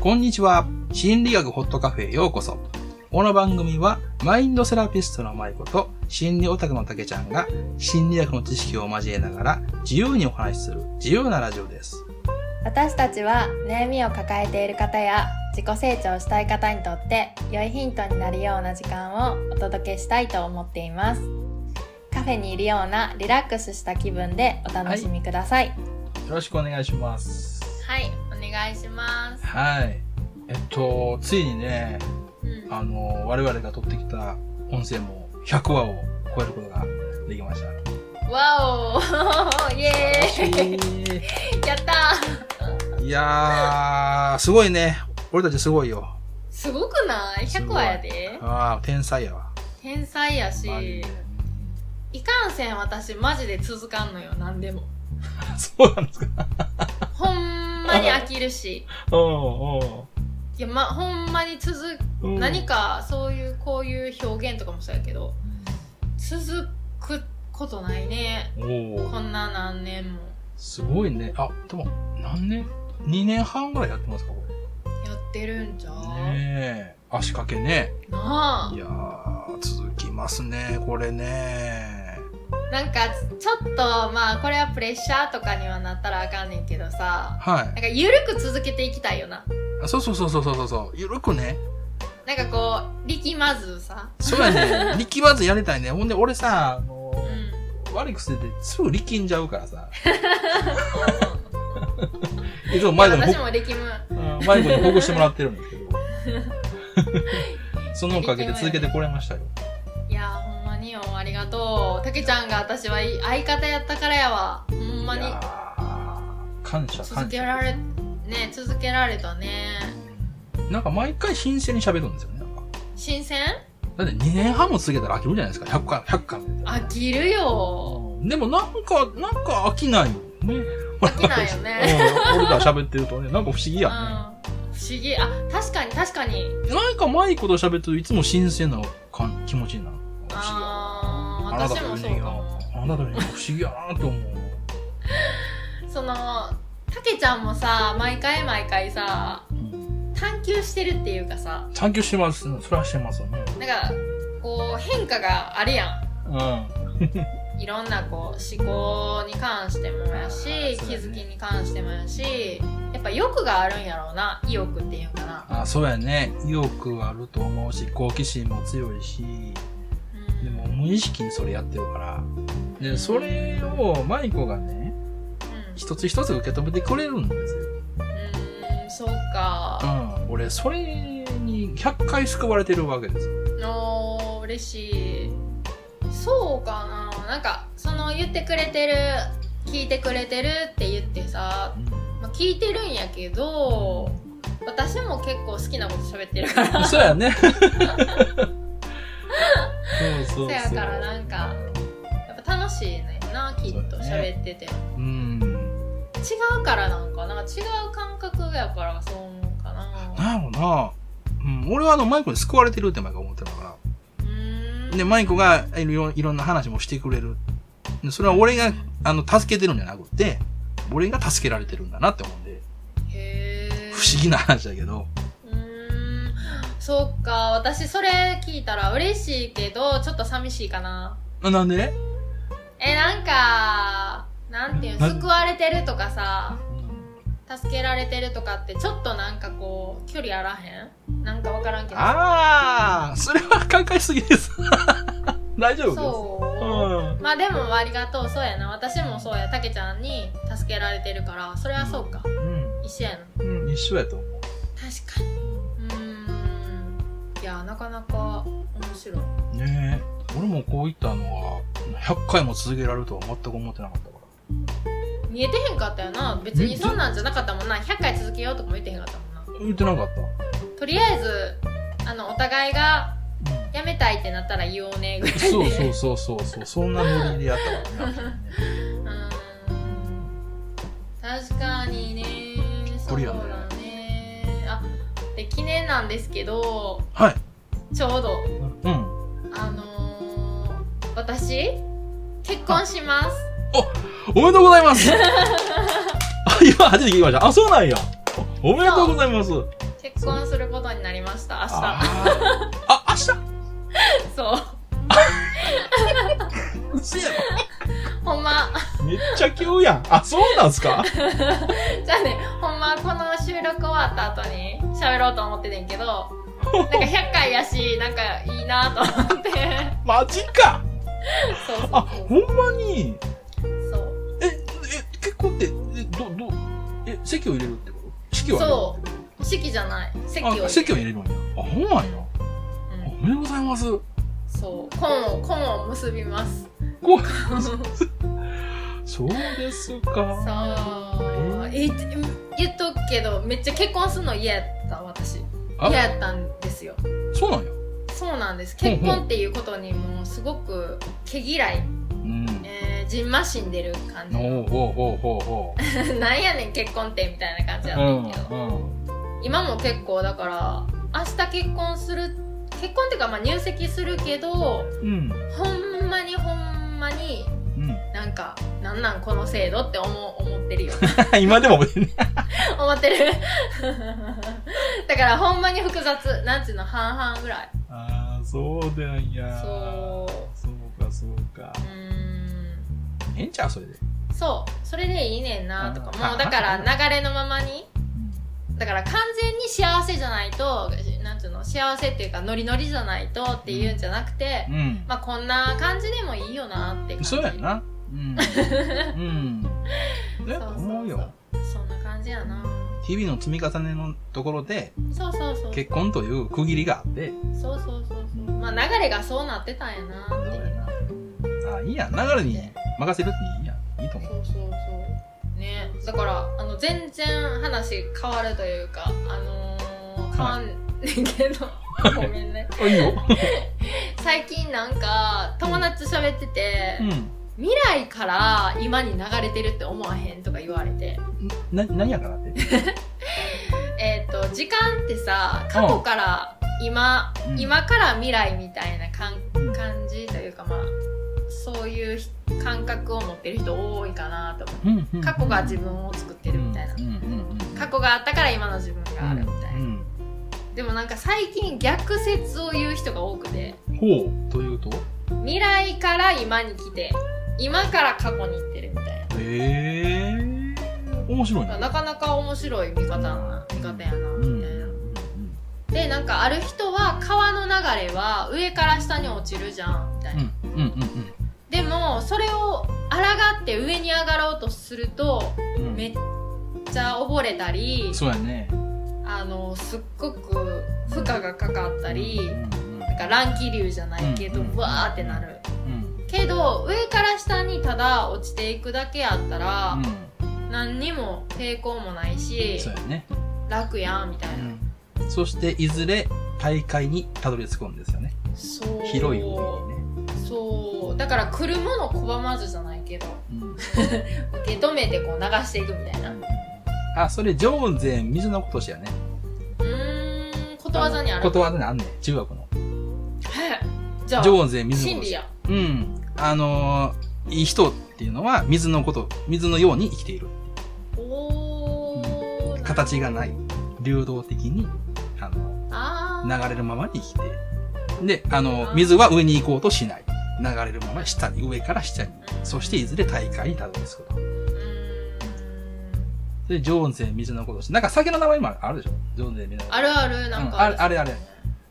こんにちは。心理学ホットカフェへようこそ。この番組は、マインドセラピストの舞子と、心理オタクの竹ちゃんが、心理学の知識を交えながら、自由にお話しする、自由なラジオです。私たちは悩みを抱えている方や自己成長したい方にとって良いヒントになるような時間をお届けしたいと思っていますカフェにいるようなリラックスした気分でお楽しみくださいよろしくお願いします。はい、お願いしますはい。えっと、ついにね、うんあの、我々が撮ってきた音声も100話を超えることができました。わお イエーイやったいやー、すごいね。俺たちすごいよ。すごくないすごい100話やであー、天才やわ。天才やしマジでいかんせん私マジで続かんのよ何でも そうなんですか。ほんまに飽きるしういやまほんまに続んうん。何かそういうこういう表現とかもそうやけど続くことないねおおこんな何年もすごいね。あ、でも、何年 ?2 年半ぐらいやってますか、こやってるんじゃう、れ。ねえ。足掛けね。ないあやー、続きますね、これね。なんかちょっとまあこれはプレッシャーとかにはなったらあかんねんけどさは。なんかゆるく続けていきたいよないあそうそうそうそうそうそう。ゆるくね。なんかこう力まずさそうやね。 力まずやりたいね。ほんで、俺さ、あのうんー悪い癖ですぐ力んじゃうからさ。 いつも迷子にほいや私も力むうん迷子に保護してもらってるんですけど。 そのおかげで続けてこれましたよ。いやほんまによありがとうたけちゃんが私はい相方やったからやわほんまにいやー感謝続感け謝られね続けられたねなんか毎回新鮮に喋るんですよねなんか新鮮だって2年半も続けたら飽きるじゃないですか100回100回飽きるよでもなんかなんか飽きないよね飽きないよね、 うん俺ら喋ってるとねなんか不思議うん、不やね、思議あ確かに確かになんかマイクと喋ってるといつも新鮮な感気持ちになる不思議やあーあなた私ともいそう人間かもはあなたとい人間は不思議やなと思うそのたけちゃんもさ毎回毎回さうん探求してるっていうかさ探求してますそれはしてますよねなんかこう変化があるやんうんいろんなこう思考に関してもやし、そう気だねづきに関してもやしやっぱ欲があるんやろうな意欲っていうんかな、あそうやね意欲はあると思うし好奇心も強いしうん、でも無意識にそれやってるからでそれをマイコがねうん一つ一つ受け止めてくれるんですよ、うーんそうかうん、俺それに100回救われてるわけですよおー嬉しいそうかななんかその言ってくれてる聞いてくれてるって言ってさ、まあ、聞いてるんやけど私も結構好きなこと喋 ってるからそうや ねそうそうそうそやからなんかやっぱ楽しいねんなきっとそうだね喋ってて、うん違うからなんかな違う感覚やからそう思うかななんやろうな、うん、俺はあのマイコに救われてるって前から思ってたからうーんで、マイコがいろいろんな話もしてくれる。でそれは俺が、あの、助けてるんじゃなくて、俺が助けられてるんだなって思うんで、へえ不思議な話だけど。うーんそっか私それ聞いたら嬉しいけどちょっと寂しいかなあなんでえなんかなんていうのな救われてるとかさ助けられてるとかってちょっとなんかこう距離あらへんなんかわからんけどああ、それは考えすぎ です。大丈夫です。そう、まあでもありがとうそうやな私もそうやたけちゃんに助けられてるからそれはそうかうん。一緒やなうん。うん、一緒やと思う。確かにうーんいやなかなか面白いねえ。俺もこういったのは、100回も続けられるとは全く思ってなかったから。見えてへんかったよな別にそんなんじゃなかったもんな100回続けようとかも言ってへんかったもんな言ってなかっとりあえずあのお互いた。がうん辞めたいってなったら言おうねぐらいでそうそうそうそうそう、そんなノリでやったから ね。うーん確かにねこそうれやだねねあで記念なんですけどはい。ちょうどうん。あのー、私結婚しますおめでとうございますあ今初めて聞きました。あ、そうなんや。おおめでとうございます。結婚することになりました明日あーあ、そう明日うやほんまろめっちゃ急やん。あ、そうなんすかじゃあねほんまこの収録終わった後に喋ろうと思っててんけどなんか100回やしなんかいいなと思ってマジかそうそうあ、ほんまにそうそうえ、え、結婚って、え、ど、ど、え、席を入れるってこと式を入れるそう式じゃない席をあ、席を入れるんや。あ、ほんまや。うんおめでとうございます。そう婚を婚を結びますこう そうそうですか。え言っとくけどめっちゃ結婚するの嫌やった私あ嫌やったんですよそうなんや。そうなんですうんうん結婚っていうことにもうすごく毛嫌い、うん。えー、じんましんでる感じおうほうほうほうほう。 なんやねん結婚ってみたいな感じだうったんんやけど、うん。今も結構だから明日結婚する結婚っていうかまあ入籍するけどうん。ほんまにほんまにうん。なんかなんなんこの制度って思う思ってるよ 今でもね。思ってる だからほんまに複雑なんちゅうの半々ぐらいああ、そうだや。そうそうか、そうか。うーんええんちゃうそれで。そうそれでいいねんなとかあもうだから流れのままにだから完全に幸せじゃないとなんていうの幸せっていうかノリノリじゃないとっていうんじゃなくて、うん。まあこんな感じでもいいよなって感じそうやんな。 うん。うん。そだうとそうそう思うよ。そんな感じやな日々の積み重ねのところで、そうそうそう結婚という区切りがあって、そうそうそうそうまあ流れがそうなってたんやなそうってやな。あ、いいやん。流れに任せるっていいやん。いいと思。そううそうそうねだからあの全然話変わるというかあのー、変わんねんけ ど、ごめんねあ、いいよ。最近なんか友達と喋ってて、うん。未来から今に流れてるって思わへんとか言われてな、何やからって。えっ、と時間ってさ過去から今、うん今から未来みたいな感うん感じというかまあそういうひ感覚を持ってる人多いかなと思ううんうん過去が自分を作ってるみたいなうんうんうん過去があったから今の自分があるみたいな、うんでもなんか最近逆説を言う人が多くてうんほうというと未来から今に来て今から過去に行ってるみたいなへえ面白いねなかなか面白い見方な見方やなうんみうたいな、んでなんかある人は川の流れは上から下に落ちるじゃんみたいな、うんうんでもそれを抗って上に上がろうとするとうんうんめっちゃ溺れたりそうやねあのすっごく負荷がかかったりうんうんなんか乱気流じゃないけどうんわーってなるうんけど上から下にただ落ちていくだけやったらうん何にも抵抗もないしそうやね楽やんみたいな、うんそしていずれ大会にたどり着くんですよねそう広い海にねそうだから来るもの拒まずじゃないけどうん受け止めてこう流していくみたいなうあそれ上善水のことしやねーんことわざにあることわざにあんねん中学のはい じゃあ上善水のこと真理しやうんあのーいい人っていうのは水のこと水のように生きているおー形がない流動的にあのあー流れるままに生きてであのあー水は上に行こうとしない流れるまま下に上から下にそしていずれ大海にたどり着くとうーんで常善水のことしなんか酒の名前もあるでしょ常善水のことあるあるなんかうんあれあれあれう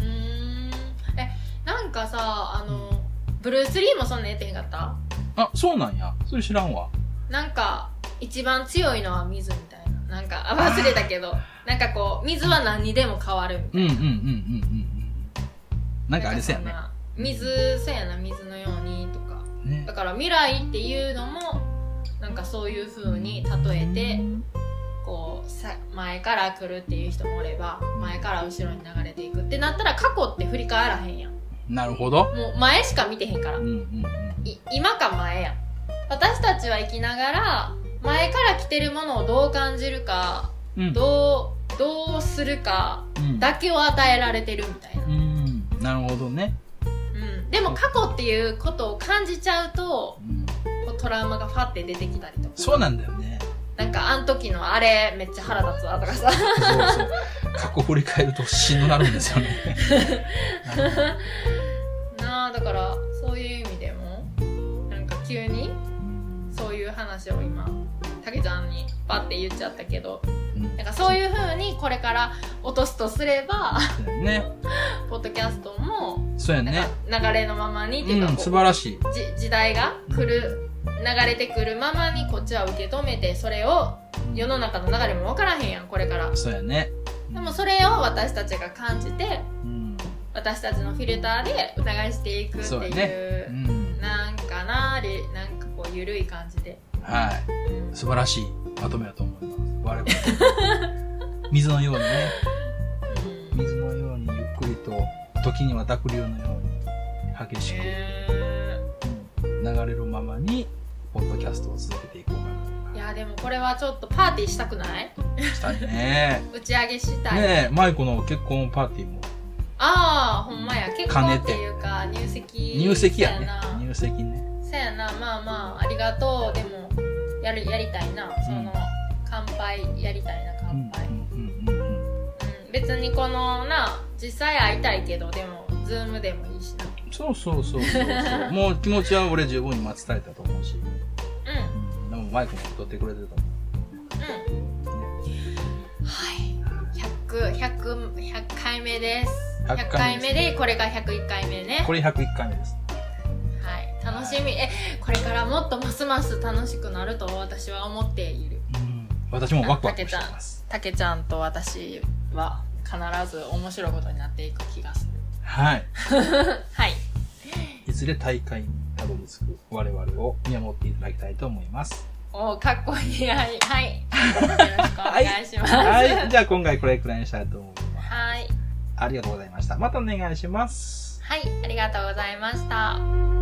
ーんえなんかさあのブルース・リーもそんなんやってへんかったあそうなんやそれ知らんわなんか一番強いのは水みたいななんかあ忘れたけどなんかこう水は何にでも変わるみたうんうんいうな、んうんうんうんなんかあれせやねなんかそんな水そうやな水のようにとかねだから未来っていうのもなんかそういう風に例えてこうさ前から来るっていう人もおれば前から後ろに流れていくってなったら過去って振り返らへんやんもなるほどう前しか見てへんからうんうんい今か前やん私たちは生きながら前から来てるものをどう感じるかうんうんどうどうするかうんだけを与えられてるみたいな、うんなるほどねうん、でも過去っていうことを感じちゃうとうんこうトラウマがファって出てきたりとかそうなんだよねなんかあん時のあれめっちゃ腹立つわとかさ そうそう。過去振り返るとしんどなるんですよね。なあだからそういう意味でもなんか急にそういう話を今たけちゃんにパッて言っちゃったけどうんなんかそういう風にこれから落とすとすればそうやね。ポッドキャストもそうやなんねか。流れのままにっていううかん、こう素晴らしい。じ時代が来る流れてくるままにこっちは受け止めてそれを世の中の流れも分からへんやんこれからそうやね。でもそれを私たちが感じてうん。私たちのフィルターで促していくってそういやううん。なんかなりなんかこう緩い感じで、はい。うん素晴らしいまとめだと思います。我々。 水のようにね、うん水のようにゆっくりと、時には濁流のように激しく、えうん流れるままに、ポッドキャストを続けていこうかーいやでもこれはちょっとパーティーしたくないな。したいね。打ち上げしたい、ねえ、マイコの結婚パーティーも、ああほんまや結婚っていうか入籍入籍やそねな。入籍ね。そやなまあまあありがとうでもやるやりたいなその、乾杯やりたいなうん乾杯、うんうんうんうんうん。別にこのな実際会いたいけどでもズームでもいいしなそうそうそうそう そう。もう気持ちは俺十分今伝えたと思うし。ううんんでもマイクも取ってくれてると思うんはい100100 100回目です100 100回回目です目でこれが101回目ねう。これ101回目です。はい楽しみえこれからもっとますます楽しくなると私は思っているうん。私もワクワクしてます。たけちゃんと私は必ず面白いことになっていく気がするはい。はいいずれ大会にたどり着く我々を見守っていただきたいと思います。おかっこいいはいはいよろしくお願いしますは、はい い。じゃあ今回これくらいにしたいと思います。はいありがとうございました。またお願いします。はい、ありがとうございました